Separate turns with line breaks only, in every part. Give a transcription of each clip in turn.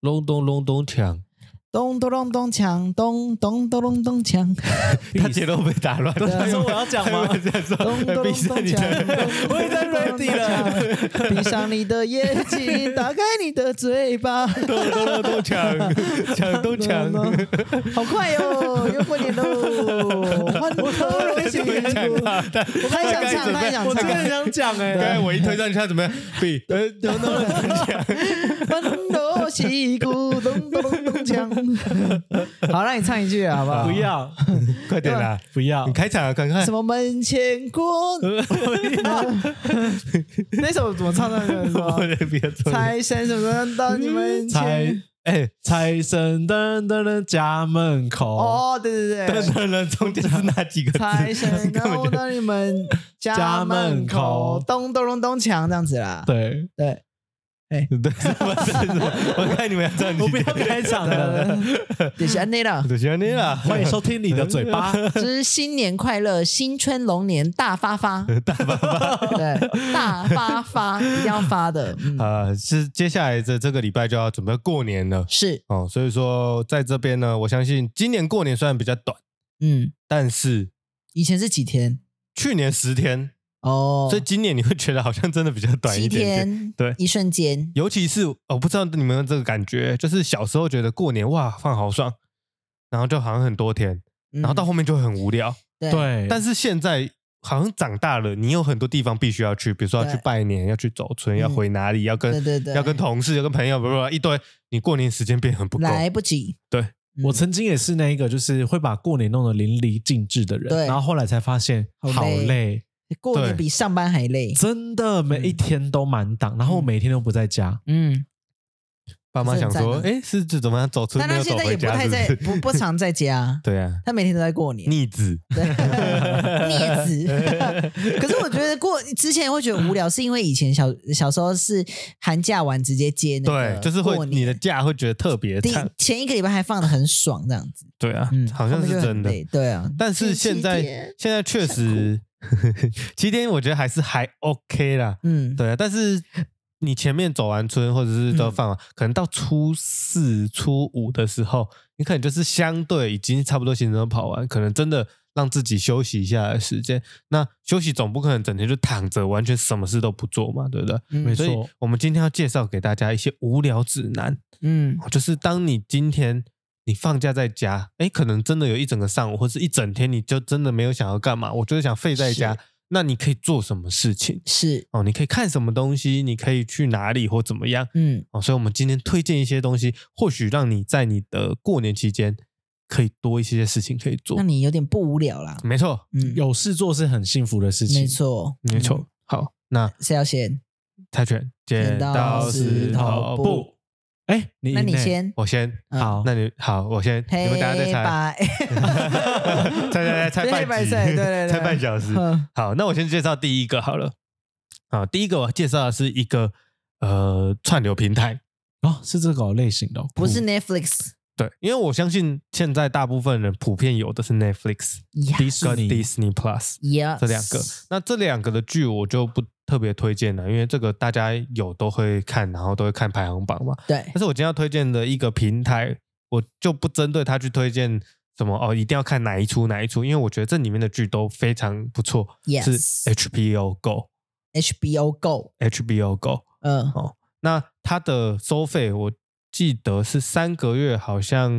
隆咚隆咚锵，
咚咚咚咚锵，咚咚咚咚咚 锵，
他节奏被打乱。
对啊
他
说
我要讲
吗
说
咚咚
闭
咚
上
锵，
你 的，我也在 ready 了。
了。闭上你的眼睛，打开你的嘴巴。
咚咚咚咚锵，抢咚锵，
好快哟，又过年喽！欢乐荣幸年
抢
度，
到。但
我太想唱，太想
我真的
唱，
想讲哎，刚才我一推上去，他怎么样？闭呃咚咚咚锵，
欢乐喜鼓咚咚咚咚锵。好，让你唱一句啊好不好？
不要，快点啦！
不要
你开场啊，赶快
什。么门前过， 那首怎么唱上去的？是吧
我的别走。
财神什么到你门前
财？哎，
财神噔噔噔家门口，
哦，对对对
等，等等，中间是哪几个字？
财神
根本
到
就
到你们家
家
门
门
口
口，
咚咚咚咚锵这样子啦。
对，
对，
对，是不是？是不是 我看你们要这样，
我不要开场了，
就是安内 啦。
就喜欢你啦。
欢迎收听你的嘴巴，
就是新年快乐，新春龙年大发发，大 发发，对，大发发，一定要发 的，嗯，
呃，是接下来这这个礼拜就要准备过年了
是，
哦，所以说在这边呢，我相信今年过年虽然比较短，
嗯，
但是
以前是几天
去年十天，
哦，
所以今年你会觉得好像真的比较短一
七
点点。
天，
对
一瞬间，
尤其是我不知道你们有没有这个感觉，就是小时候觉得过年哇放好爽，然后就好像很多天，
然
然后到后面就会很无聊。
嗯对
对，
但是现在好像长大了，你有很多地方必须要去，比如说要去
对
拜年，要去走村，要
嗯
回哪里，要
对
跟
对对，
要跟同事，要跟朋友，不不不一堆，你过年时间变很不够。
来不及，
对
嗯，
我曾经也是那一个，就是会把过年弄得淋漓尽致的人
对，
然后后来才发现
好累
好累，
过年比上班还累，
真的每一天都满档，然后我每天都不在家，
嗯，
爸妈想说，
是很赞
哎，是这怎么样走村
但
没
他
有
现
走
在也
回
不
家，
太
是不
在，
是？
不不常在家，
对啊，
他每天都在过年，
逆子，
对，逆子。可是我觉得过之前会觉得无聊，是因为以前小小时候是寒假完直接接那
对
个，
就是
过
会
年
你的假会觉得特别
第
长，
前一个礼拜还放的很爽这样子，
对啊
嗯，，
好像
后面就
是
很
真的。
累对啊，
但是现在
星期天
现在确实 七天，我觉得还是还 OK 啦。
嗯，
对啊，但是你前面走完村或者是都放完，可能到初四、初五的时候，你可能就是相对已经差不多行程都跑完，可能真的让自己休息一下的时间。那休息总不可能整天就躺着，完全什么事都不做嘛，对不对？
嗯
没
所以
错，
我们今天要介绍给大家一些无聊指南，
嗯，
就是当你今天你放假在家，哎，可能真的有一整个上午或是一整天，你就真的没有想要干嘛，我就是想废在家
是。
那你可以做什么事情？
是，
哦，你可以看什么东西，你可以去哪里或怎么样
嗯，
哦。所以，我们今天推荐一些东西，或许让你在你的过年期间可以多一些事情可以做
那。你有点不无聊啦，
没错，
嗯，
有事做是很幸福的事情，
没，错，
没错。
嗯，
好，那
谁要先？
泰拳剪
刀
刀
石
石
头
头布，
不，哎，你
那你
赢欸，
先，
我先。
嗯
好，
那你好，我先，你们大家再
黑
猜，
白， 黑
猜猜猜猜
白
半 集，
赛对 对对
猜半小时。
嗯
好，那我先介绍第一个好了。好，第一个我介绍的是一个呃串流平台，
哦，是这个类型的哦，
不
嗯
是 Netflix，
对，因为我相信现在大部分人普遍有的是 Netflix
呀
迪士
跟
尼，
Disney Plus
呀，
这两个。那这两个的剧我就不特别推荐了，因为这个大家有都会看，然后都会看排行榜嘛。
对
但，是我今天要推荐的一个平台，我就不针对它去推荐什么哦，一定要看哪一出哪一出，因为我觉得这里面的剧都非常不错
Yes
是 HBO Go。
HBO Go，
HBO Go，
嗯
哦那它的收费我记得是三个月，好像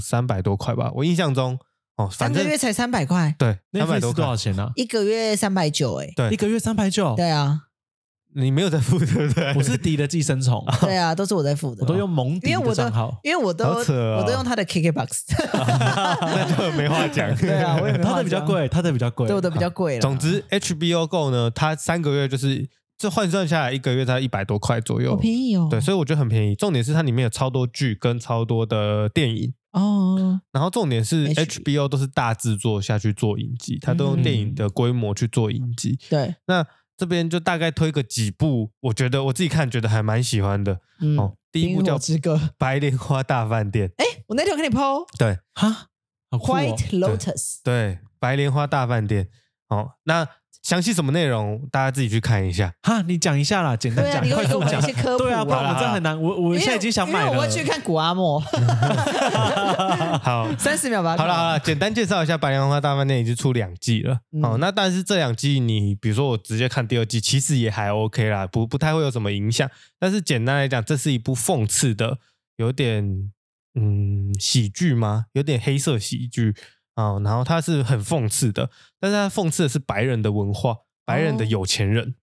三百多块吧，我印象中哦，
三
反
个
正
月才三百块，
对
那
三百
份
多
是多
块
少，钱呢？
一个月三百九，哎，
对
一个月三百九，
对啊，
你没有在付对不对？
我是迪的寄生 虫，
哦
对啊，都是我在付的，
我都用蒙迪
因为
的
我的
账号，
因为我都、
好扯哦啊
我都用他的 KKBox，
那就没话 讲。
对啊，我也没
他
话
的比较
讲，
贵，他的比较贵，
对我的比较贵了。
总之，HBO Go 呢，它三个月就是这换算下来一个月才一百多块左
好
右，
便宜哦，
对，所以我觉得很便宜。重点是它里面有超多剧跟超多的电影，
哦，
然后重点是
HBO
HBO 都是大制作下去做影集，它
嗯
都用电影的规模去做影集。
对，
那这边就大概推个几部，我觉得我自己看觉得还蛮喜欢的、
嗯，
哦。第一部
冰
叫
火之歌
《白莲花大饭店》，
我那天有跟你 PO
对
哈，好酷、哦、
White Lotus，
对，《白莲花大饭店》哦，那详细什么内容大家自己去看一 下。
哈，你讲一下啦，简单
对啊，
讲，
你
快
会给
速
我们
讲
一。些科普
对啊，不然
好啦
我真的很难。我
因
我
为
现在已经想买
因为我
了
会。去看古阿 莫，
好，
三十秒吧。
好了好了，简单介绍一下《白莲花大饭店》已经出两季了。
嗯
好，那但是这两季你比如说我直接看第二季，其实也还 OK 啦，不不太会有什么影响。但是简单来讲，这是一部讽刺的，有点嗯喜剧吗？有点黑色喜剧啊、哦然后它是很讽刺的，但是它讽刺的是白人的文化，白人的
哦
有钱人。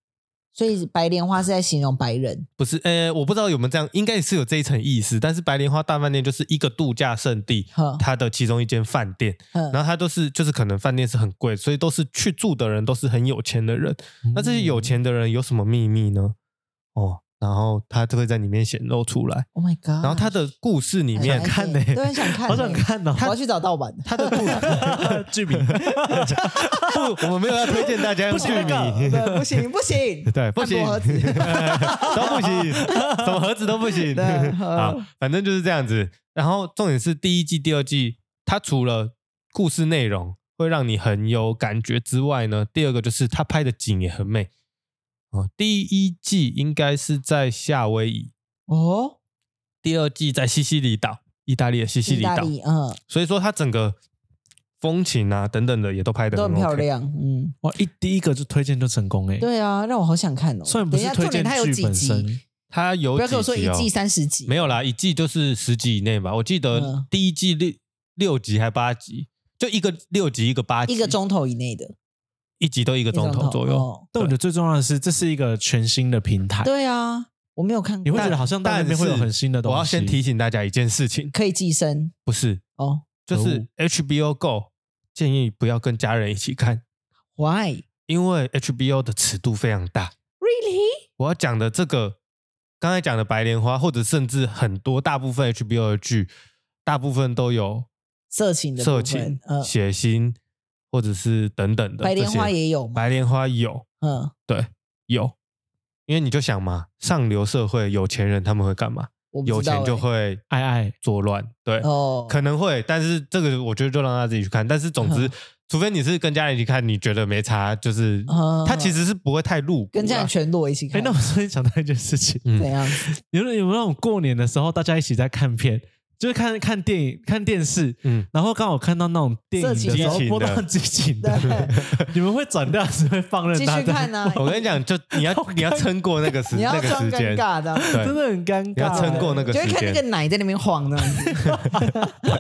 所以白莲花是在形容白人，
不是，呃，我不知道有没有这样，应该是有这一层意思。但是白莲花大饭店就是一个度假胜地
呵，
它的其中一间饭店，
嗯
然后它都是就是可能饭店是很贵，所以都是去住的人都是很有钱的人。那这些有钱的人有什么秘密呢？哦，然后他就会在里面显露出来。
，Oh my God！
然后他的故事里面
很想看
呢
欸对很想看欸
好想看哦。
我要去找盗版的，
他的故 事
剧名
不，我们没有要推荐大家用
不行
剧
那个
名，，
对，不行不行
对，不行，
按摩盒子
都不行， 什么盒子都不行。
对
好，反正就是这样子。然后重点是第一季、第二季，它除了故事内容会让你很有感觉之外呢，第二个就是它拍的景也很美。哦，第一季应该是在夏威夷，
哦，
第二季在西西里岛，意大利的西西
意
里
大
岛。
利，嗯，
所以说它整个风情啊等等的也都拍的
都很
很 OK
漂。亮，嗯，
哇，一第一个就推荐就成功哎。，
对啊，让我好想看哦。
虽然不是
等一下
推
重点
荐
它有
剧
几
本
集，
身，
它有
不要跟我说
几集
一
哦
季三十集，
没有啦，一季就是十集以内吧。我记得
嗯
第一季六、六集还八集，就一个六集一个八集，
一个钟头以内的，
一集都一个
一个
钟头左右。
哦
但我觉得最重要的是，这是一个全新的平台，
对啊，我没有看
你
过
会，觉得好像到
但
那边会有很新的东西。
我要先提醒大家一件事情，
可以寄生
不是，
哦
就
可
是 HBO Go 建议不要跟家人一起看，
？Why
因为 HBO 的尺度非常大。
really？
我要讲的这个，刚才讲的《白莲花》，或者甚至很多大部分 HBO 的剧，大部分都有
色情的部
色
分
情、
嗯
血腥，或者是等等的。
白莲花也有吗
白莲花有
嗯，
有，因为你就想嘛，上流社会有钱人他们会干嘛？
我不知道
有钱
欸
就会
爱爱，
作乱，对，
哦，
可能会，但是这个我觉得就让他自己去看。但是总 之，
嗯
除非你是跟家人一起看，你觉得没差，就是、
嗯
他其实是不会太露骨啦，
跟这样全裸一起
哎
看，，
那我最近想到一件事情，
怎
嗯
样？
有没有有没有那种过年的时候大家一起在看片，就是看看电影、看电视，
嗯，
然后刚好看到那种电影的时
色
候
情的
播到激情的，
对
你们会转掉还是会放任
继
它
续
的？
看呢、
我跟你讲，就 你要你要撑过那个时
你要
那个
装
时
尴
间，
尬的，欸
真
对，
的很尴尬。
你要撑过那个
就会
时
看那个
间。
奶在那边晃 呢。
很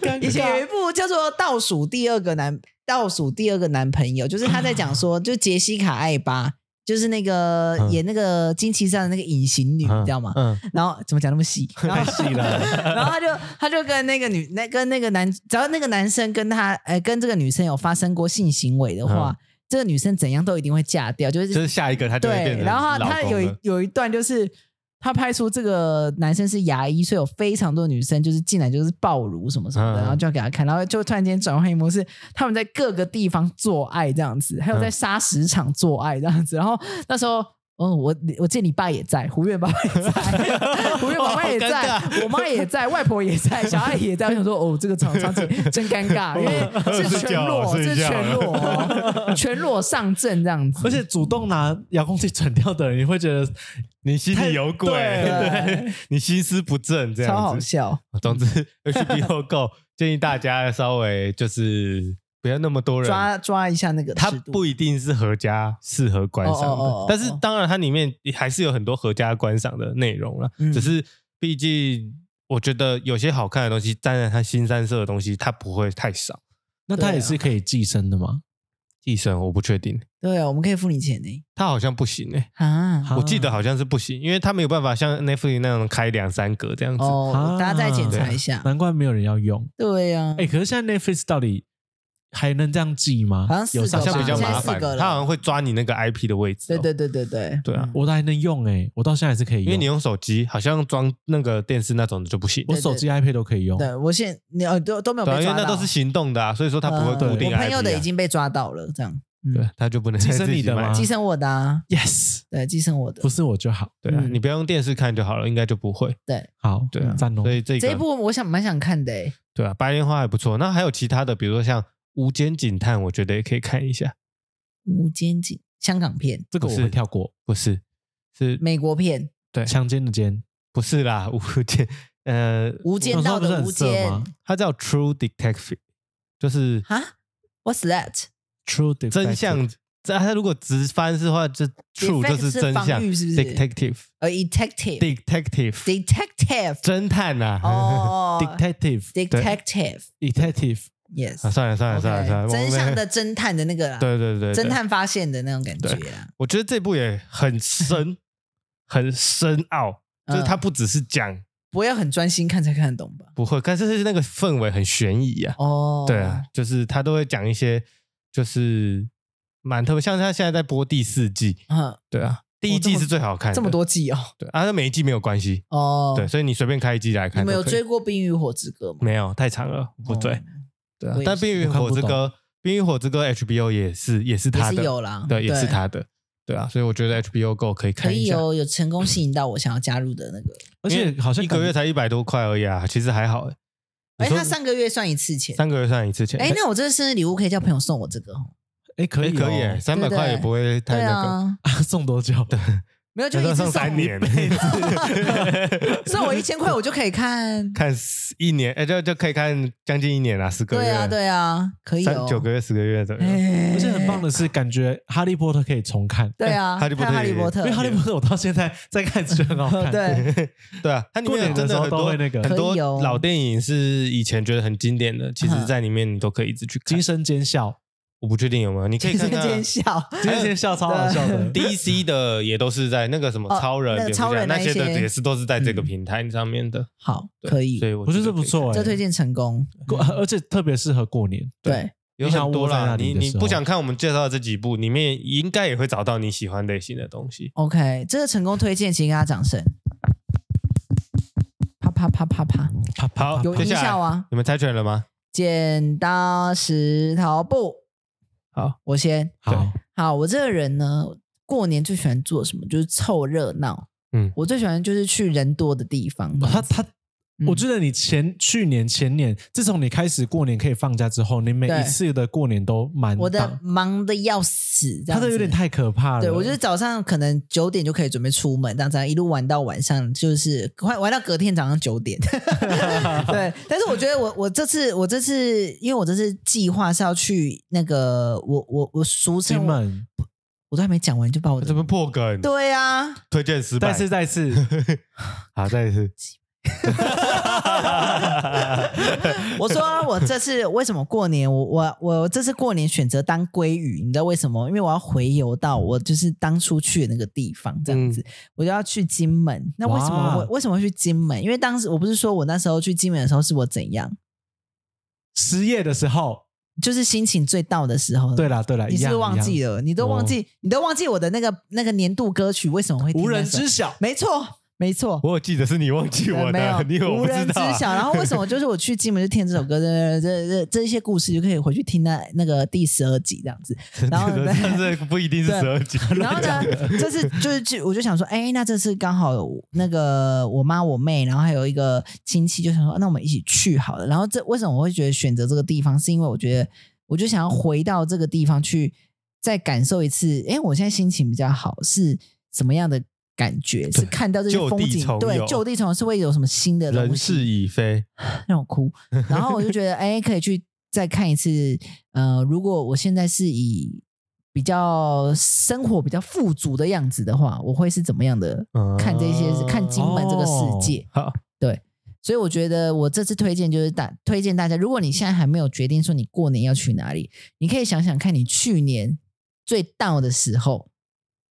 尴
以前有一部叫做《倒数第二个男倒数第二个男朋友》，就是他在讲说，就杰西卡艾巴，就是那个、
嗯
演那个金奇善的那个隐形女，你知道吗？
嗯，
然后怎么讲那么 细？然后
太细了，
然后他就他就跟那个女那跟那个男，只要那个男生跟他呃跟这个女生有发生过性行为的话，这个女生怎样都一定会嫁掉，就是
就是下一个他就会变
对。
成
然后他
老
他
公
有一
了
有一段就是他拍出这个男生是牙医，所以有非常多女生就是进来就是暴乳什么什么的，
嗯
然后就要给他看，然后就突然间转换一模式，他们在各个地方做爱这样子，还
嗯
有在砂石场做爱这样子，然后那时候。嗯，我我记得你爸也在，胡月爸爸也在， 胡月爸爸也
哇
在
好尴，
我妈也在，外婆也在，小阿姨也在。我想说，哦，这个场场景真尴尬，因为是全裸，
哦 睡
是
觉啊
全裸哦，全裸上阵这样子。
而且主动拿遥控器转掉的人，你会觉得
你心里有鬼，
太对
对， 你心思不正这
超
样
好
子。
笑。
总之，HBO Go 建议大家稍微就是不要那么多人
抓抓一下那个
它
尺度
不一定是合家适合观赏的，
哦哦哦哦
但是当然它里面还是有很多合家观赏的内容了。
嗯
只是毕竟我觉得有些好看的东西，当然它新三色的东西它不会太少。
那它也是可以寄生的吗？
寄生我不确定，
对啊，我们可以付你钱呢、
它好像不行诶、
啊。
啊
我记得好像是不行，因为它没有办法像 Netflix 那样开两三格这样子。啊
哦
啊，
大家再检查一下。
难怪没有人要用。
对呀、
哎，可是现在 Netflix 到底还能这样寄吗？
好像四
有
个
上
好像
下
比较
吧
麻
现在
烦
四，个了
它好像会抓你那个 IP 的位置哦、
对对对对对嗯
对啊，
我的还能用哎、我到现在还是可以用，
因为你用手机，好像装那个电视那种的就不行。
我手机、iPad 都可以用。
对，我现你呃都都没有
对啊，
被
因为
抓到，
那都是行动的啊，所以说它不会
嗯
固定 IP
我
啊、
朋友的已经被抓到了，这样嗯
对，啊他就不能再
寄生
自己
你的
买
吗
寄生我的啊，
，yes，
对，寄生我的
不。是我就好，
对啊，
嗯
你不用电视看就好了，应该就不会。
好，
对啊，
赞哦
所，以这
嗯这一
个
部我想蛮想看的欸诶，
对啊，白莲花还不错。那还有其他的，比如说像《无间警探》，我觉得也可以看一下。
无间警》香港片、
这个我
不
会
是哎
跳过，
不是，是
美国片
对
强奸的奸，
不是啦？无间呃，
《无间道》的《无间》
我说不是很色吗
它叫 True Detective，就是
哈 What's that？
，True Detective
真相。这它如果直翻是的话，就 True
Defect
就是
是
真
防
相
御是不是
，Detective
呃，detective
Detective
detective
侦探呐。啊，
哦
detective
detective
detective，
yes，
啊算了算了算了
OK，
算了，我
真
们
相的侦探的那个啦，
对对对，对
侦探发现的那种感觉啊，
我觉得这部也很 深，很深奥，就是
嗯
它不只是讲
不会很专心看才看得懂吧？
不会，但是是那个氛围很悬疑啊。
哦，
对啊，，就是他都会讲一些，就是蛮特别，像他现在在播第四季，
嗯，
对啊，第一季是最好看的，
这么多季哦，
对啊，那每一季没有关系，
哦，
对，，所以你随便开一季来
你
看都
们
可以。
有追过《冰与火之歌》吗？
没有太长了，不追
哦，
对啊
我也。
但《
是
冰与
我看
火
不
之
懂
歌》《冰与火之歌》HBO 也是也是他
也
的，
是有啦，
对，也是他的，对啊，所以我觉得 HBO Go 可以
可
看一
以哦
下。
有有成功吸引到我想要加入的那个，
而
因
且
为
好像
一个
感觉
月才一百多块而已啊，其实还好欸。
哎，
你说
他上个月算一次钱，
三个月算一次钱，
哎，那我这个生日礼物可以叫朋友送我这个哦，
哎可
可
以
以
哦
可以欸，三百
对对
块也不会太
对
那个，
啊，
送多久？
没啊有就
就
一
算
次送
上三
我
年，
送我一千块我就可以看，
看十一年，哎，就就可以看将近一年啦， 十个月，
对啊对啊，可以
三
哦，
九个月、十个月左右。
哎，
而且很棒的是，感觉《哈利波特》可以重看，
对啊，
哎哈利波特
看哈利波特，
因为《哈利波特》我到现在在看，觉得很好看。
对，
对啊，它里
过
面
年的
真
时候
很
都
多
会那个
很多
可以哦嗯
老电影是以前觉得很经典的，其实在里面你都可以一直去看
惊。声尖笑，
我不确定有没有，你可以
这
看
个
看
见笑，
惊声尖笑超好笑的。
DC 呃的也都是在那个什么
哦
超人、
那个
蝙蝠
超
侠
人
啊那
那一
些的
些
也是都是在这个
嗯
平台上面的，
好，
对
可以
所，以我
我觉得
可
这
以
不错
看
哎、
这推荐成功，
过而且特别适合过年。
对，
有
你想
很多
窝在
啦
那，里
你
的
你
时
不
候
想看我们介绍的这几部，里面应该也会找到你喜欢类型的东西。
OK，这个成功推荐，请给他掌声。啪啪啪
啪
啪啪，
啪
好
啪
有
啪
音
接下来
效啊！
你们猜拳了吗？
剪刀石头布，
好，
我先。
好，
好，我这个人呢，过年最喜欢做什么？就是凑热闹。
嗯
我最喜欢就是去人多的地方。
哦他他，
嗯
我觉得你前去年前年，自从你开始过年可以放假之后，你每
对
一次的过年都满
我的
档，
忙的要死，这
他
样
这
子
有点太可怕了。
对，我就是早上可能九点就可以准备出门，这样子一路玩到晚上，就是快玩到隔天早上 九点。 对，但是我觉得我我这次我这次，因为我这次计划是要去那个我我我俗
金啊
称我
门，
我都还没讲完就把我
嗯
怎
的
么破梗？
对啊，
推荐失败。
再次再次，
好，再一次。
我说啊我这次为什么过年我我我这次过年选择当鲑鱼，你知道为什么？因为我要回游到我就是当初去的那个地方，这样子、我就要去金门。那为什么
嗯哇
我为什么会去金门？因为当时我不是说我那时候去金门的时候是我怎样，
失业的时候，
就是心情最到的时候。
对。啦对啦，
你
一
是不
样
是忘
一
记
样哦
了？你都忘记，你都忘记我的那个那个年度歌曲为什么会听
无
那
人
首
知晓。
没错，没错，
我有记得是你忘记我
呃没有
的，你以为我
无
不
人知
知道啊？
晓。然后为什么就是我去金门就听这首歌，这这这这一些故事就可以回去听那那个第十二集这样子。然后呢
但是不一定是
对
十二集。
然后呢，这次就是就我就想说，哎，那这次刚好有那个我妈我妹，然后还有一个亲戚，就想说，那我们一起去好了。然后这为什么我会觉得选择这个地方，是因为我觉得我就想要回到这个地方去，再感受一次。哎，我现在心情比较好，是什么样的感觉？是看到这些
就
风
地
景
重，
对，
游
就地重游是会有什么新的东
人
西
事已非，
让我哭。然后我就觉得，哎、可以去再看一次。呃，如果我现在是以比较生活比较富足的样子的话，我会是怎么样的？
嗯
看这些看金门这个世界，
好，
所以我觉得我这次推荐就是大推荐大家，如果你现在还没有决定说你过年要去哪里，你可以想想看你去年最到的时候，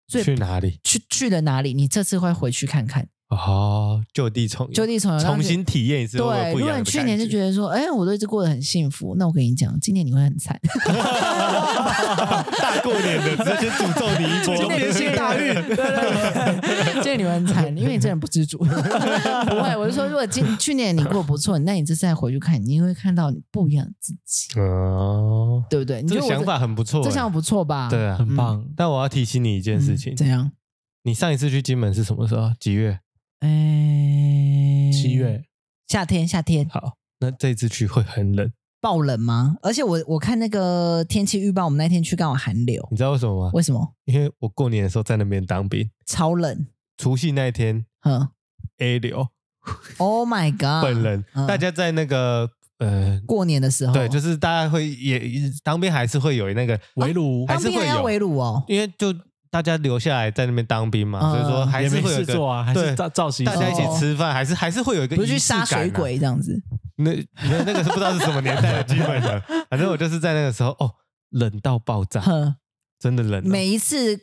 最
去哪里？
去去了哪里，你这次会回去看看。
哦，就地重
就地重游，
重新体验一次，会不会
对。
有不
如
一
果
样
你
的
去
感
年就觉得说，哎，我对这过得很幸福，那我跟你讲，今年你会很惨。
大过年的直接诅咒 你一波，
今年是大运，对对对，今年你会很惨，因为你这人不知足。不会，我是说，如果今去年你过得不错，那你这次再回去看，你会看到你不一样的自己，
哦，
对不对？你
这
觉
个
得我
想法很不错欸，
这想法不错吧？
对啊，
很棒
嗯但我要提醒你一件
嗯，
事情，
怎样？
你上一次去金门是什么时候？几月？
哎，
七月，
夏天，夏天
好，那这一次去会很冷，
爆冷吗？而且我我看那个天气预报，我们那天去刚好寒流，
你知道为什么吗？
嗯
为什么？
因为我过年的时候在那边当兵，
超冷。
除夕那一天
嗯
A 流
，Oh my
啊
god！
本人，
嗯
大家在那个呃，
过年的时候，
对，就是是大家会也当兵还是会有那个
围炉
还
啊当
是
兵
会
还要
有
围炉哦。
因为就大家留下来在那边当兵嘛，
嗯
所以说还
也
是
没
会有一
事
个
做啊，还
对
是照照习
大家一起
哦
吃饭，还是还是会有一个
不是
仪
去
式
杀
感啊
水鬼这样子，
那那那个是不知道是什么年代的基本的，反正我就是在那个时候哦，冷到爆炸，
哼，
真的冷哦、
每一次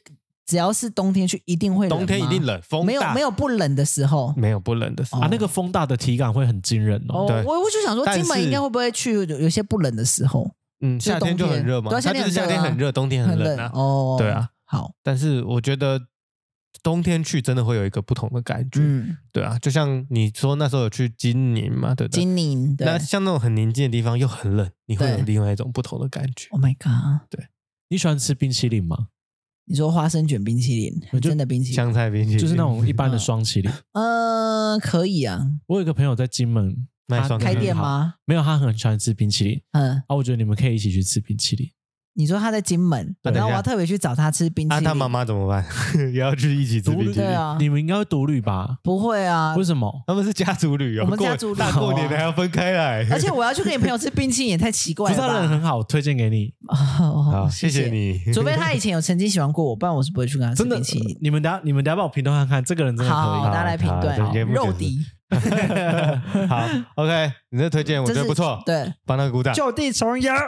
只要是冬天去，一定会冷
冬天一定
吗，
冷，风
没有
大嗯
没有哦不冷的时候。
没有不冷的时候
啊，那个风大的体感会很惊人
哦
哦。，
对
我我就想说，
但是
金门应该会不会去有有些不冷的时候，
嗯，夏天就很热嘛，
对啊
它
夏
就
天
是夏天很
很热
热，冬天
很
很
冷
冷啊。
哦？
对啊，
好，
但是我觉得冬天去真的会有一个不同的感觉，
嗯，
对啊，就像你说那时候有去金宁嘛，对不对？
金宁，对
那像那种很宁静的地方又很冷，你会有
对
另外一种不同的感觉。
，Oh my god！
你喜欢吃冰淇淋吗？
你说花生卷冰淇淋，
我就
真的冰淇淋，
香菜冰淇淋
就是那种 一般的双淇淋。
嗯，可以啊，
我有一个朋友在金门
卖双
他
开
淇淋
店？吗？
没有，他很喜欢吃冰淇淋
嗯，
啊。我觉得你们可以一起去吃冰淇淋。
你说他在金门，
对
然
等
后我
一下
要特别去找他吃冰淇
啊，
淋，
他妈妈怎么办？ 也要去一起吃
独旅
冰淇
对
淋？
啊
你们应该会独旅吧？
不会啊
为，什么？
他们是家族旅游，
我们
过
家族旅游啊
大过年的还要分开来。
而且我要去跟你朋友吃冰淇淋也太奇
不
怪
知
了
道的人
吧？哦
很好，推荐给你。
好
好，谢谢。你。
除非他以前有曾经喜欢过我，不然我是不会去跟他吃
真的
冰淇淋。，
你们等下你们等下帮我评论看看，这个人真的
好，
可
大家来评
好好
断
好
肉敌，
好，OK，你这推荐我
这
觉
是
得不错，
对，
帮他
啊
鼓掌。
就地 重游。
以。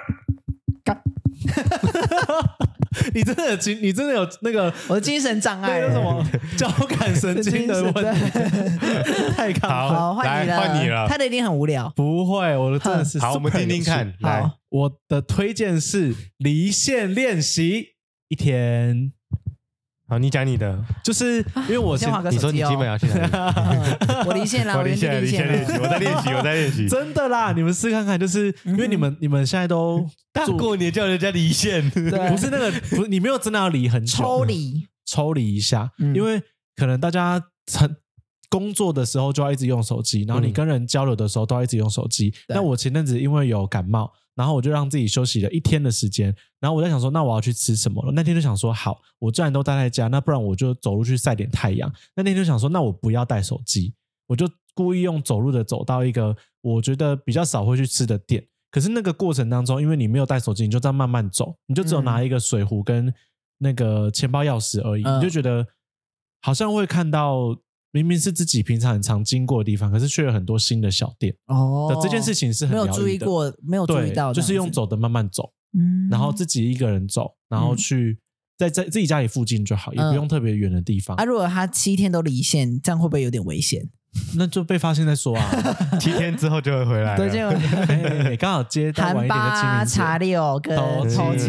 你真的有精，你真的有那个
我的精神障
那
碍
个叫什 么
哎
交感神经的问题， 太亢奋。
好，
好，
换你
来
了，
换你了
他。的一定很 无聊。
不会，我的真的是
好，我们
super
听听
有趣
看。。来，
好
我的推荐是离线练习一天，
好，你讲你的。
就是因为 我
先
前
划个
你
手
说你
机
基本
哦。
要去哪 里？
嗯我离线啦，
我
原
离
地
线，离线练
练
习，我在练习，我在 练习。
真的
嗯
啦，你们试看看，就是因为你们你们现在都
大过年叫人家离线，
对
不是那个不，你没有真的要离很久，
抽离，
抽离一下，
嗯
因为可能大家很工作的时候就要一直用手机，然后你
嗯
跟人交流的时候都要一直用手机。
对
那我前阵子因为有感冒，然后我就让自己休息了一天的时间，然后我在想说，那我要去吃什么了？那天就想说，好，我既然都待在家，那不然我就走路去晒点太阳。那天就想说，那我不要带手机，我就故意用走路的走到一个我觉得比较少会去吃的店。可是那个过程当中，因为你没有带手机，你就这样慢慢走，你就只有
嗯
拿一个水壶跟那个钱包钥匙而已，
嗯
你就觉得好像会看到明明是自己平常很常经过的地方，可是却有很多新的小店。
哦
这件事情是很
没有
疗愈
注意
的
过，没有注意
对
到这样子，
就是用走的慢慢走，
嗯，
然后自己一个人走，然后去在在自己家里附近就好，也
嗯
不用特别远的地方
啊，，如果他七天都离线，这样会不会有点危险？
那就被发现再说 啊。
七天之后就会回来了。
对，就
哎刚好接到晚
韩
一点的清
巴
明
茶
节。
六跟
偷鸡
偷鸡。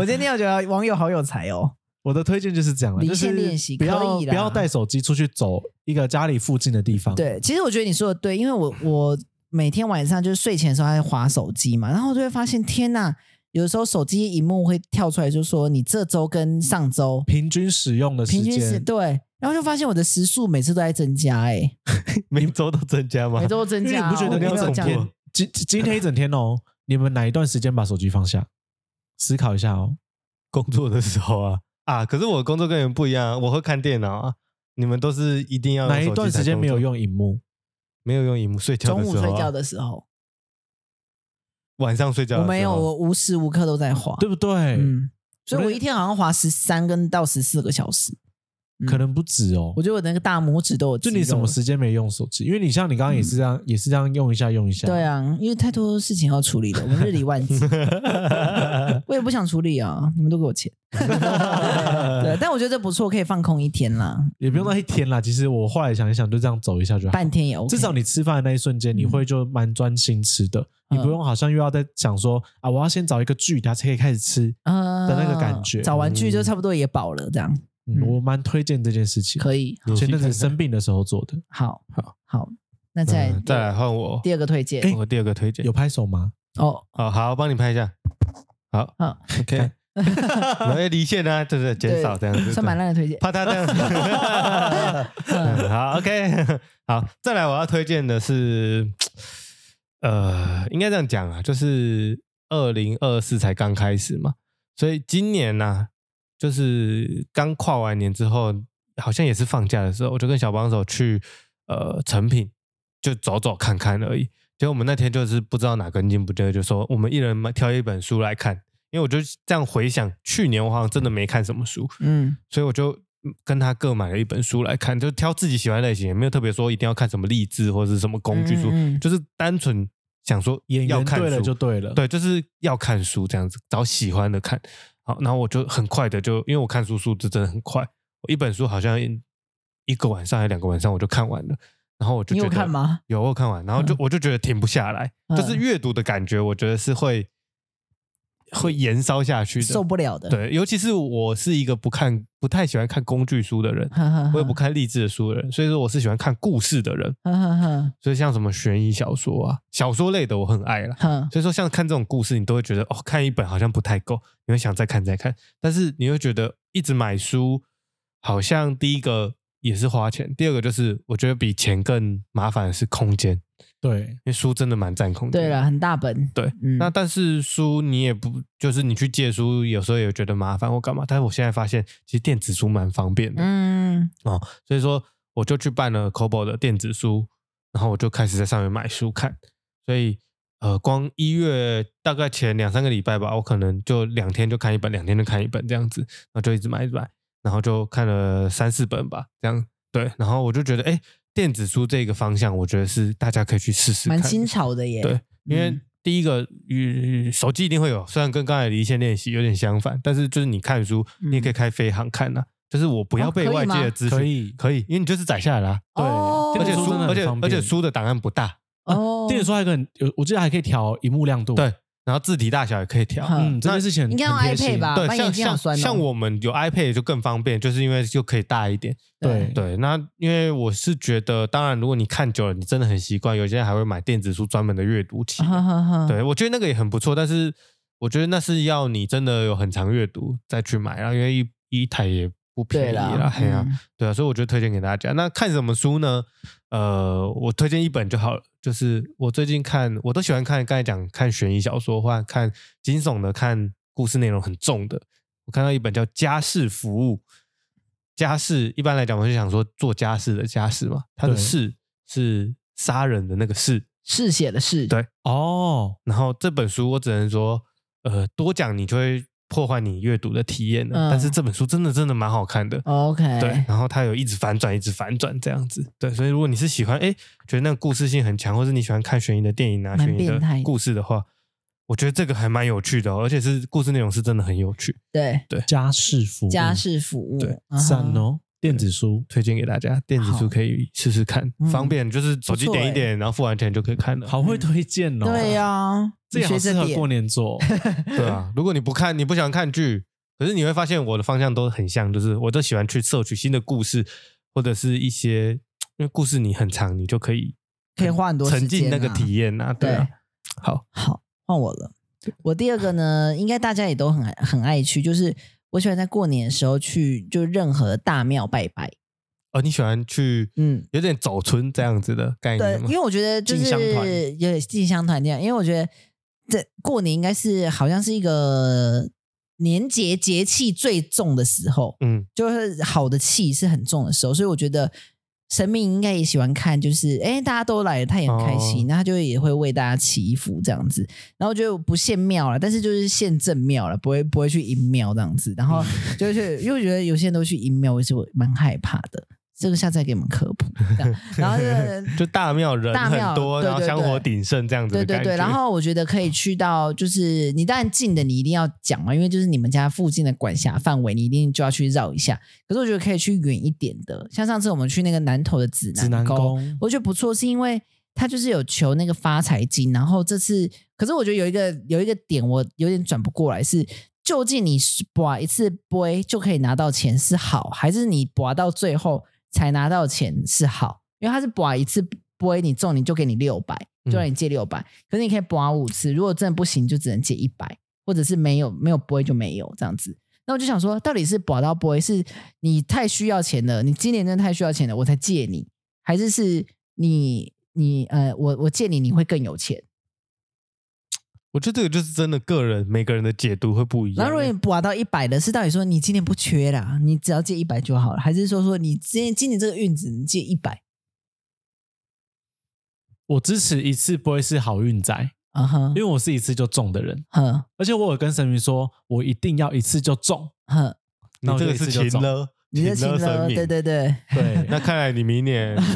我今天要觉得网友好有才哦，
我的推荐就是这样了，
离
就
线
是
练习
不要
可以
不
啦
要带手机出去走一个家里附近的地方。，
对，其实我觉得你说的对，因为我我每天晚上就是睡前的时候还在划手机嘛，然后我就会发现，天呐，有时候手机荧幕会跳出来，就说你这周跟上周
平均使用的时
平均时
间，
对，然后就发现我的时速每次都在增加、欸，
每周都增加吗
每？周都增
因为
加、
你
哦，
不觉得
我
你
没
一
有
整
这样
天今今今天一整天哦，你们哪一段时间把手机放下？思考一下哦。
工作的时候啊啊，可是我工作跟你们不一样啊，我会看电脑啊。你们都是一定要用
哪一
手机
段
才
时间没有
工作？
用荧幕？
没有用荧幕睡觉
中
的
午
时候
睡
啊，
觉的时候，
晚上睡觉
我
的时候
没有， 我无时无刻都在划，
啊对不对？
嗯，所以
我
我
那
一天好像划十三跟到十四个小时，嗯
可能不止哦
我。觉得我那个大拇指都有肌
就
肉了。
你什么时间没用手机？因为你像你刚刚也是这样，
嗯
也是这样用一下用一下。
啊 对，啊，因为太多事情要处理了，我们日理万机。我也不想处理啊，你们都给我 钱。对，但我觉得这不错，可以放空一天啦，
也不用到一天啦。其实我后来想一想，就这样走一下就好。
半天也 OK。
至少你吃饭的那一瞬间，你会就蛮专心吃的，
嗯
你不用好像又要在想说啊，我要先找一个剧，然后才可以开始吃。
呃
的那个感觉
找完剧就差不多也饱了，这样
嗯，我蛮推荐这件事情。
可以。
有
前阵
去
子
看看
生病的时候做的，
好，
好，
好，那再
嗯再来换我，
第二个推荐
我第二个推荐
有。拍手吗？
哦，
好好，我帮你拍一下。好
好
，OK，然后离线啊，就是减少这样子，
算蛮烂的推荐。
怕他这样。嗯好，OK，好，再来我要推荐的是，呃，应该这样讲啊，就是二零二四才刚开始嘛，所以今年呢、就是刚跨完年之后，好像也是放假的时候，我就跟小帮手去呃成品就走走看看而已。结果我们那天就是不知道哪根筋不对，就说我们一人买挑一本书来看。因为我就这样回想，去年我好像真的没看什么书，
嗯
所以我就嗯跟他各买了一本书来看，就挑自己喜欢的类型，也没有特别说一定要看什么励志或者是什么工具书，
嗯嗯嗯
就是单纯想说
演
要
员
看
对了
书
就对了。
对，就是要看书这样子，找喜欢的看。好，然后我就很快的就，因为我看书速度真的很快，我一本书好像一一个晚上还是两个晚上我就看完了。然后我就
你有
觉得
看吗？
有，我有看完，然后就、
嗯
我就觉得停不下来，就是
嗯
阅读的感觉，我觉得是会会延烧下去的，
受不了的。，
对，尤其是我是一个不看、不太喜欢看工具书的 人，
呵呵呵
我也不看励志的书的人，所以说我是喜欢看故事的人。
呵呵呵
所以像什么悬疑小说啊、小说类的，我很爱啦。
呵，
所以说，像看这种故事，你都会觉得哦，看一本好像不太够，你会想再看再看。但是你会觉得一直买书，好像第一个也是花钱，第二个就是我觉得比钱更麻烦的是空间，因
对，
为书真的蛮占空间。
对了，很大本。
对，
嗯
那但是书你也不，就是你去借书，有时候也觉得麻烦或干嘛。但是我现在发现，其实电子书蛮方便的，
嗯
所以说我就去办了 Kobo 的电子书，然后我就开始在上面买书看。所以呃，光一月大概前两三个礼拜吧，我可能就两天就看一本，两天就看一本这样子，然后就一直买一直买，然后就看了三四本吧，这样对。然后我就觉得，哎，电子书这个方向，我觉得是大家可以去试试看
蛮
的，
新潮的耶。
对因为
嗯
第一个与、手机一定会有，虽然跟刚才离线练习有点相反，但是就是你看书，
嗯
你也可以开飞航看呐、就是我不要
哦
被
可以
外界
吗
的资讯、
可以
可以，因为你就是载下来啦、
对
哦
而且
电子
书
书真的
而
很
且
方
而
便
且书的档案不大，
哦，
电子书还可以，有我记得还可以调荧幕亮度。
对，然后字体大小也可以调。
哼
嗯，这件事情很
应该用
很贴心
iPad 吧
对
把，眼
像
睛好
像
酸哦
像我们有 iPad 就更方便，就是因为就可以大一点。
对
对，那因为我是觉得，当然如果你看久了，你真的很习惯，有些人还会买电子书专门的阅读器。
呵呵呵，
对，我觉得那个也很不错，但是我觉得那是要你真的有很长阅读再去买啦，因为一一台也不便
对
宜
啦
啦，，嘿啊，
嗯
对啊，所以我就推荐给大家。那看什么书呢？呃，我推荐一本就好了，就是我最近看，我都喜欢看，刚才讲看悬疑小说或看惊悚的，看故事内容很重的。我看到一本叫《家事服务》，家事一般来讲，我就想说做家事的家事嘛，它的
对
事是杀人的那个事，
嗜血的嗜，
对
哦，
然后这本书我只能说，呃，多讲你就会破坏你阅读的体验了。
嗯哦哎
但是这本书真的真的蛮好看的，
，OK，
对。然后它有一直反转，一直反转这样子，对。所以如果你是喜欢，哎，觉得那个故事性很强，或是你喜欢看悬疑的电影啊、
蛮
悬疑的
变态的
故事的话，我觉得这个还蛮有趣的、哦，而且是故事内容是真的很有趣，
对，
家事服务，
家事服务，
对
嗯哼
赞，哦，电子书。
推荐给大家。电子
好
书可以试试看，
嗯
方便就是手机
不错欸
点一
诶
点，然后付完钱就可以看了。
好会推荐哦！
嗯对呀，
这也
你
好
学
适
着
合
点
过年做。
对啊，如果你不看，你不想看剧，可是你会发现我的方向都很像，就是我都喜欢去摄取新的故事，或者是一些因为故事你很长，你就可以
可以花很多时
沉
间
浸那个
啊
体验啊，对啊。好，
好，换我了。我第二个呢，应该大家也都很很爱去，就是我喜欢在过年的时候去，就任何大庙拜拜。
哦，你喜欢去
嗯，
有点走村这样子的概
对
念，吗
因？为我觉得就
哎进香团
是有进香团这样，因为我觉得这过年应该是好像是一个年节节气最重的时候，
嗯，
就是好的气是很重的时候，所以我觉得神明应该也喜欢看，就是哎大家都来了，他也很开心，
哦
那他就也会为大家祈福这样子。然后我觉得我不限庙了，但是就是限正庙了，不会不会去阴庙这样子。然后就是因为我觉得有些人都去阴庙，我是我蛮害怕的。这个下次再给你们科普。这样然后就是
就大庙人
大庙
很多，
对
然后
对
香
对
火鼎盛这样子的
对对
感
对，
觉。
然后我觉得可以去到，就是你当然近的你一定要讲嘛，因为就是你们家附近的管辖范围，你一定就要去绕一下。可是我觉得可以去远一点的，像上次我们去那个南投的指
指
南
南
宫，
宫
我觉得不错，是因为他就是有求那个发财金，然后这次，可是我觉得有一个有一个点我有点转不过来是。究竟你是拔一次杯就可以拿到钱是好，还是你拔到最后才拿到钱是好？因为他是拔一次杯，你中你就给你六百，就让你借六百、可是你可以拔五次，如果真的不行就只能借一百，或者是没有没有杯就没有这样子。那我就想说，到底是拔到杯是你太需要钱了，你今年真的太需要钱了，我才借你，还是是你你呃，我我借你，你会更有钱。
我觉得这个就是真的个人每个人的解读会不一
然
样。
后如果你拔到一百的，是到底说你今年不缺啦，你只要借一百就好了，还是说说你今年今年这个运只能借一百？
我支持一次不会是好运仔，
啊哈
因，为我是一次就中的人，
呵
而且我有跟神明说，我一定要一次就中。
呵，
那我
你这
就
个
一
是
次就
情
中
了，
你的情
了
了，
神明
对。对对。
对，
那看来你明年
所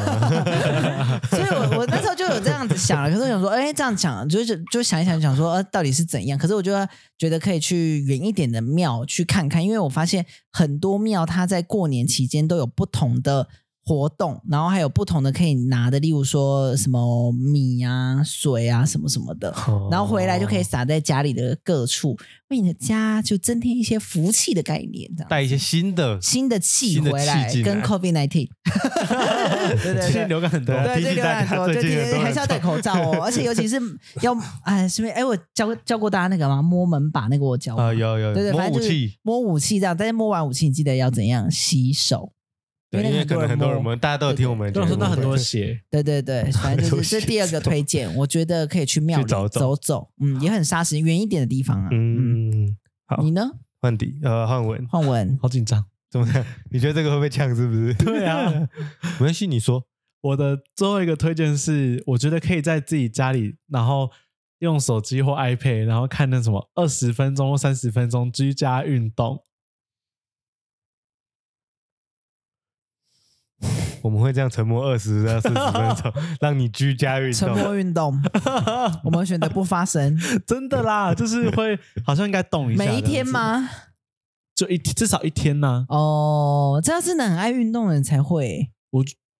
以我我那时候就有这样子想了，可是我想说，哎、这样讲就是就想一想，想说呃，到底是怎样？可是我就觉得可以去远一点的庙去看看，因为我发现很多庙它在过年期间都有不同的活动，然后还有不同的可以拿的，例如说什么米啊、水啊什么什么的。 然后回来
哦
就可以撒在家里的各处，为你的家就增添一些福气的概念，这样
带一些新的，
新的气
新的
回
气
来，
进
跟
来
COVID nineteen，对对
最
对
近，流感很多
对，啊
对，
提
这
醒
流
大
感
家
多，
最
对
近
对
很多
对，还是要戴口罩 哦，而且尤其是要哎，顺便哎，我教教过大家那个吗？摸门把那个我教过
啊，有有
哦对对，
有摸
反正
武
就是
器，
摸武器这样，但是摸完武器你记得要怎样洗手，
对，因为可能很多人，我
摸
们大家都有听我们的
跟我
节
说
目，
那很多
对
血，
对对 对，反正就是这第二个推荐，我觉得可以去庙里
去走走
走走，嗯，也很杀时远一点的地方啊，嗯，
嗯，好
你呢，
换底呃换文
焕文？
好紧张。
怎么样？ 你觉得这个会被呛是不 是？
对啊，
没关系，你说
我的最后一个推荐是，我觉得可以在自己家里，然后用手机或 iPad，然后看那什么二十分钟或三十分钟居家运动。
我们会这样沉默二十到四十分 钟，让你居家运
沉
动。
默运 动，我们选择不发声。
真的啦，就是会好像应该动一下。
每一天？吗？
就一至少一天呢、
哦，这要是很爱运动的人才会。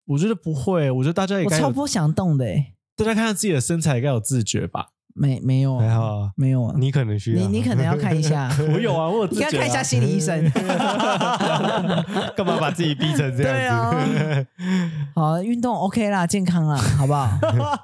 我觉得不会，我觉得大家也
我
该
超
有
不想动的、欸，
大家看到自己的身材该有自觉吧。
没没有啊，
还好啊，
没有啊，
你可能需要，
你你可能要看一下，
我有啊，我有自
你
觉、啊。
要看一下心理医生。
干嘛把自己逼成这样
对啊
子？
好，运动 OK 啦，健康啦，好不好？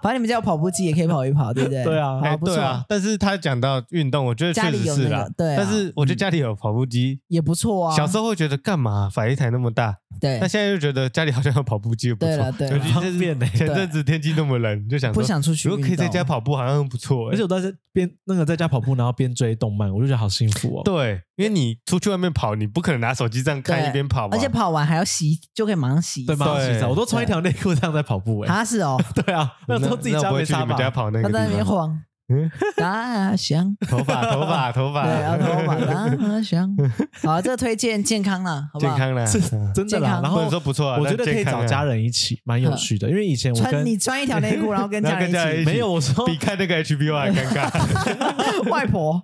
反正你们家有跑步机也可以跑一跑，对不对？
对啊
好
哎，
不错
对，啊，但是他讲到运动，我觉得
家
确
里
实
有
是
那
啦
个。对啊
但是我觉得家里有跑步机，
也不错啊。
小时候会觉得干嘛反一台那么大，
对
但，现在就觉得家里好像有跑步机，不
对
错
了。对
尤
了
其
方便呢
是前阵子天气那么冷，就想
不
说
想出去
如果可以在家
运动
跑步，好像不错。哎
而且我当时边那个在家跑步，然后边追动漫，我就觉得好幸福哦。
对，因为你出去外面跑，你不可能拿手机这样看
对
一边跑吧？
而且跑完还要洗，就可以马上洗。
对吗？
对
洗澡我都穿一条内裤这样在跑步哎、
啊，是哦，
对啊，
那
那时候自己
那
家
我不
没
会去
擦
你们
吧？
家 跑那
他
个
在那
地
边
方。
晃
嗯，
打 响。
头 发，头发，头发，
对，啊要头发打 响。好，这个推荐健康啦，好不
健
好？
康啦。
是
嗯
真的
健
啦。
康
然
不
后
能说不错啊
我
但
觉得可以
健康
找
啊
家人一起，蛮有趣的。因为以前我
穿
跟
你穿一条内裤，然后跟
然
家
后
人
跟
一
家
起
人一起
没有我说
比看那个 HBO 还尴 尬。
外婆。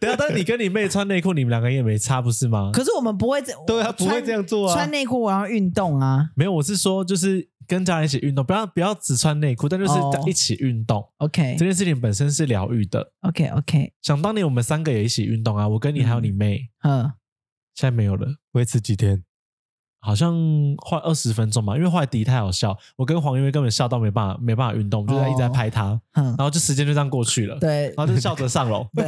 等一下，但是你跟你妹穿内裤，你们两个也没差，不是吗？
可是我们不会这，
对啊，不会
穿
这样做啊。
穿内裤然后运动啊。
没有，我是说就是跟家人一起运动，不要不要只穿内裤，但就是
哦
一起运动、
OK
这件事情本身是疗愈的。
OK OK，
想当年我们三个也一起运动啊，我跟你还有你妹，
嗯，
现在没有了。
维持几天？
好像换二十分钟吧，因为后来迪太好笑，我跟黄因为根本笑到没办法没办法运动，我
哦
们就在一直在拍他，
嗯
然，后就时间就这样过去了，
对
然后就笑着上楼，
对，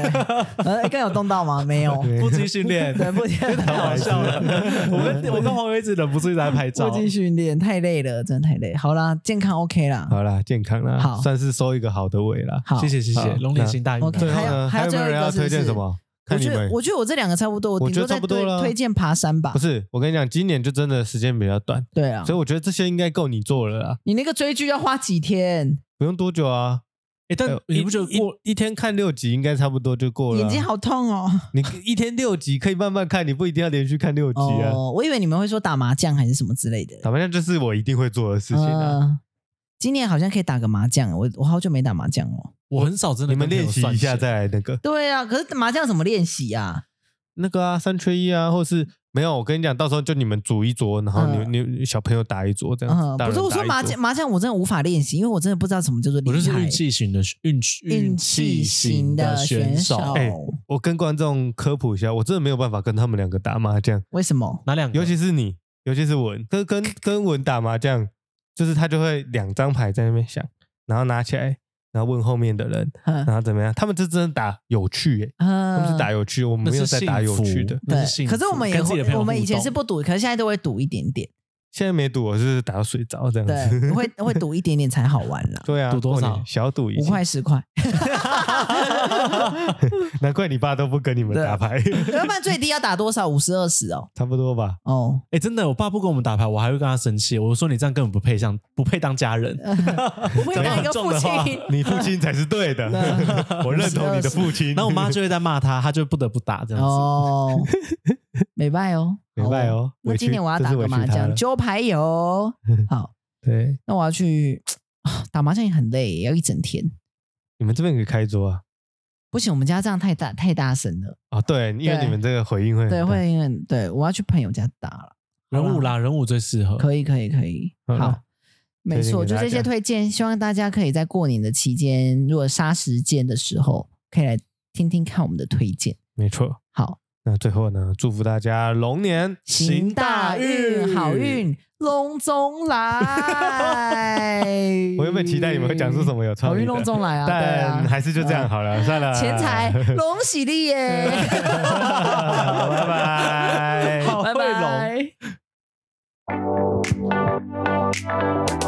呃，更有动到吗？没 有，
腹肌训练，
对，不
因为太
啊
好笑了，我跟我跟黄伟一直忍不住一直在拍照
腹，肌训练太累了，真的太累。好啦，健康 OK 啦，
好啦，健康啦，
好
算是收一个好的尾啦。
好，
谢谢谢
好
谢，龙年行大运啊，
OK，
最后
还有
呢，
还
还
有
有
最
没有
后一
人要
个是不
推荐
是
什么？
我
看你
觉得
们。
我觉得我这两个差不多，
我
顶
觉
多
得
再
差不多
推
了
推荐爬山吧
不。是，我跟你讲，今年就真的时间比较短，
对啊
所，以我觉得这些应该够你做了啦，
你那个追剧要花几天？
不用多久啊。
哎，
呃
但你不觉得
一
过
一一天看六集应该差不多就过了啊？
眼睛好痛哦。
你一天六集可以慢慢看，你不一定要连续看六集啊。
哦，我以为你们会说打麻将还是什么之类的。
打麻将就是我一定会做的事情啊。
呃今年好像可以打个麻将，我我好久没打麻将哦。
我很少真的
你们
跟朋友
练习
算
一下
钱
再来那个
对啊，可是麻将怎么练习啊？
那个啊，三缺一啊，或是没有，我跟你讲，到时候就你们组一桌，然后你、你小朋友打一桌这样子。
嗯，
大
不
人
是我说
打一
麻
桌
将，麻将我真的无法练习，因为我真的不知道什么叫做厉
我
害。
就是运气型的运气
运
气
气
型
型的
选
选手
哎、我跟观众科普一下，我真的没有办法跟他们两个打麻将，
为什么？
哪两个？
尤其是你，尤其是文，跟跟跟文打麻将，就是他就会两张牌在那边想，然后拿起来，然后问后面的人，
嗯
然后怎么样？他们就真的打有趣、欸， 他们是打有趣，我们
那
没有
是
在
幸
打有
福
趣的。
那
对，
幸
可是我
福
们也
跟自己的朋
会，
友
我们
互
以前
动
是不赌，可是现在都会赌一点点。
现在没赌，我是打到睡着这样子。
对，会会赌一点点才好玩啦，
对啊，
赌多少
过年小赌一
五
下。
块十块，
难怪你爸都不跟你们打
啊
牌，
要不然最低要打多少？五十二十哦，
差不多吧。
哦，
哎、真的，我爸不跟我们打牌，我还会跟他生气。我说你这样根本不配像，不配当家人。
不会当一个父亲。
你父亲才是 对的，
啊
我认同你的父亲。
然后我妈就会在骂他，他就不得不打这样子。
哦，美拜哦，
明白
好。
哦。
那
委屈
今天我要打个麻将，。揪牌友。好，
这是委屈他了对，
那我要去啊打麻将也很累，要一整天。
你们这边可以开桌啊。
不行，我们家这样太大太大声了，
啊，对，因为
对
你们这个回应会很
对，
大
会因为对我要去朋友家打了。
人物啦，人物最适合。
可以，可以，可以，
好啦
好。没错，
嗯
就这
推荐给大家
些推荐，希望大家可以在过年的期间，如果杀时间的时候，可以来听听看我们的推荐。
没错。
好，
那最后呢，祝福大家龙年。
行大运，好。运隆中来
我原本期待你们会讲出什么有创意
好
的
运隆中来啊！对
但
啊，
还是就这样好了，算了。
钱 财龙喜利耶，
哎拜拜。
好
拜
会龙
拜。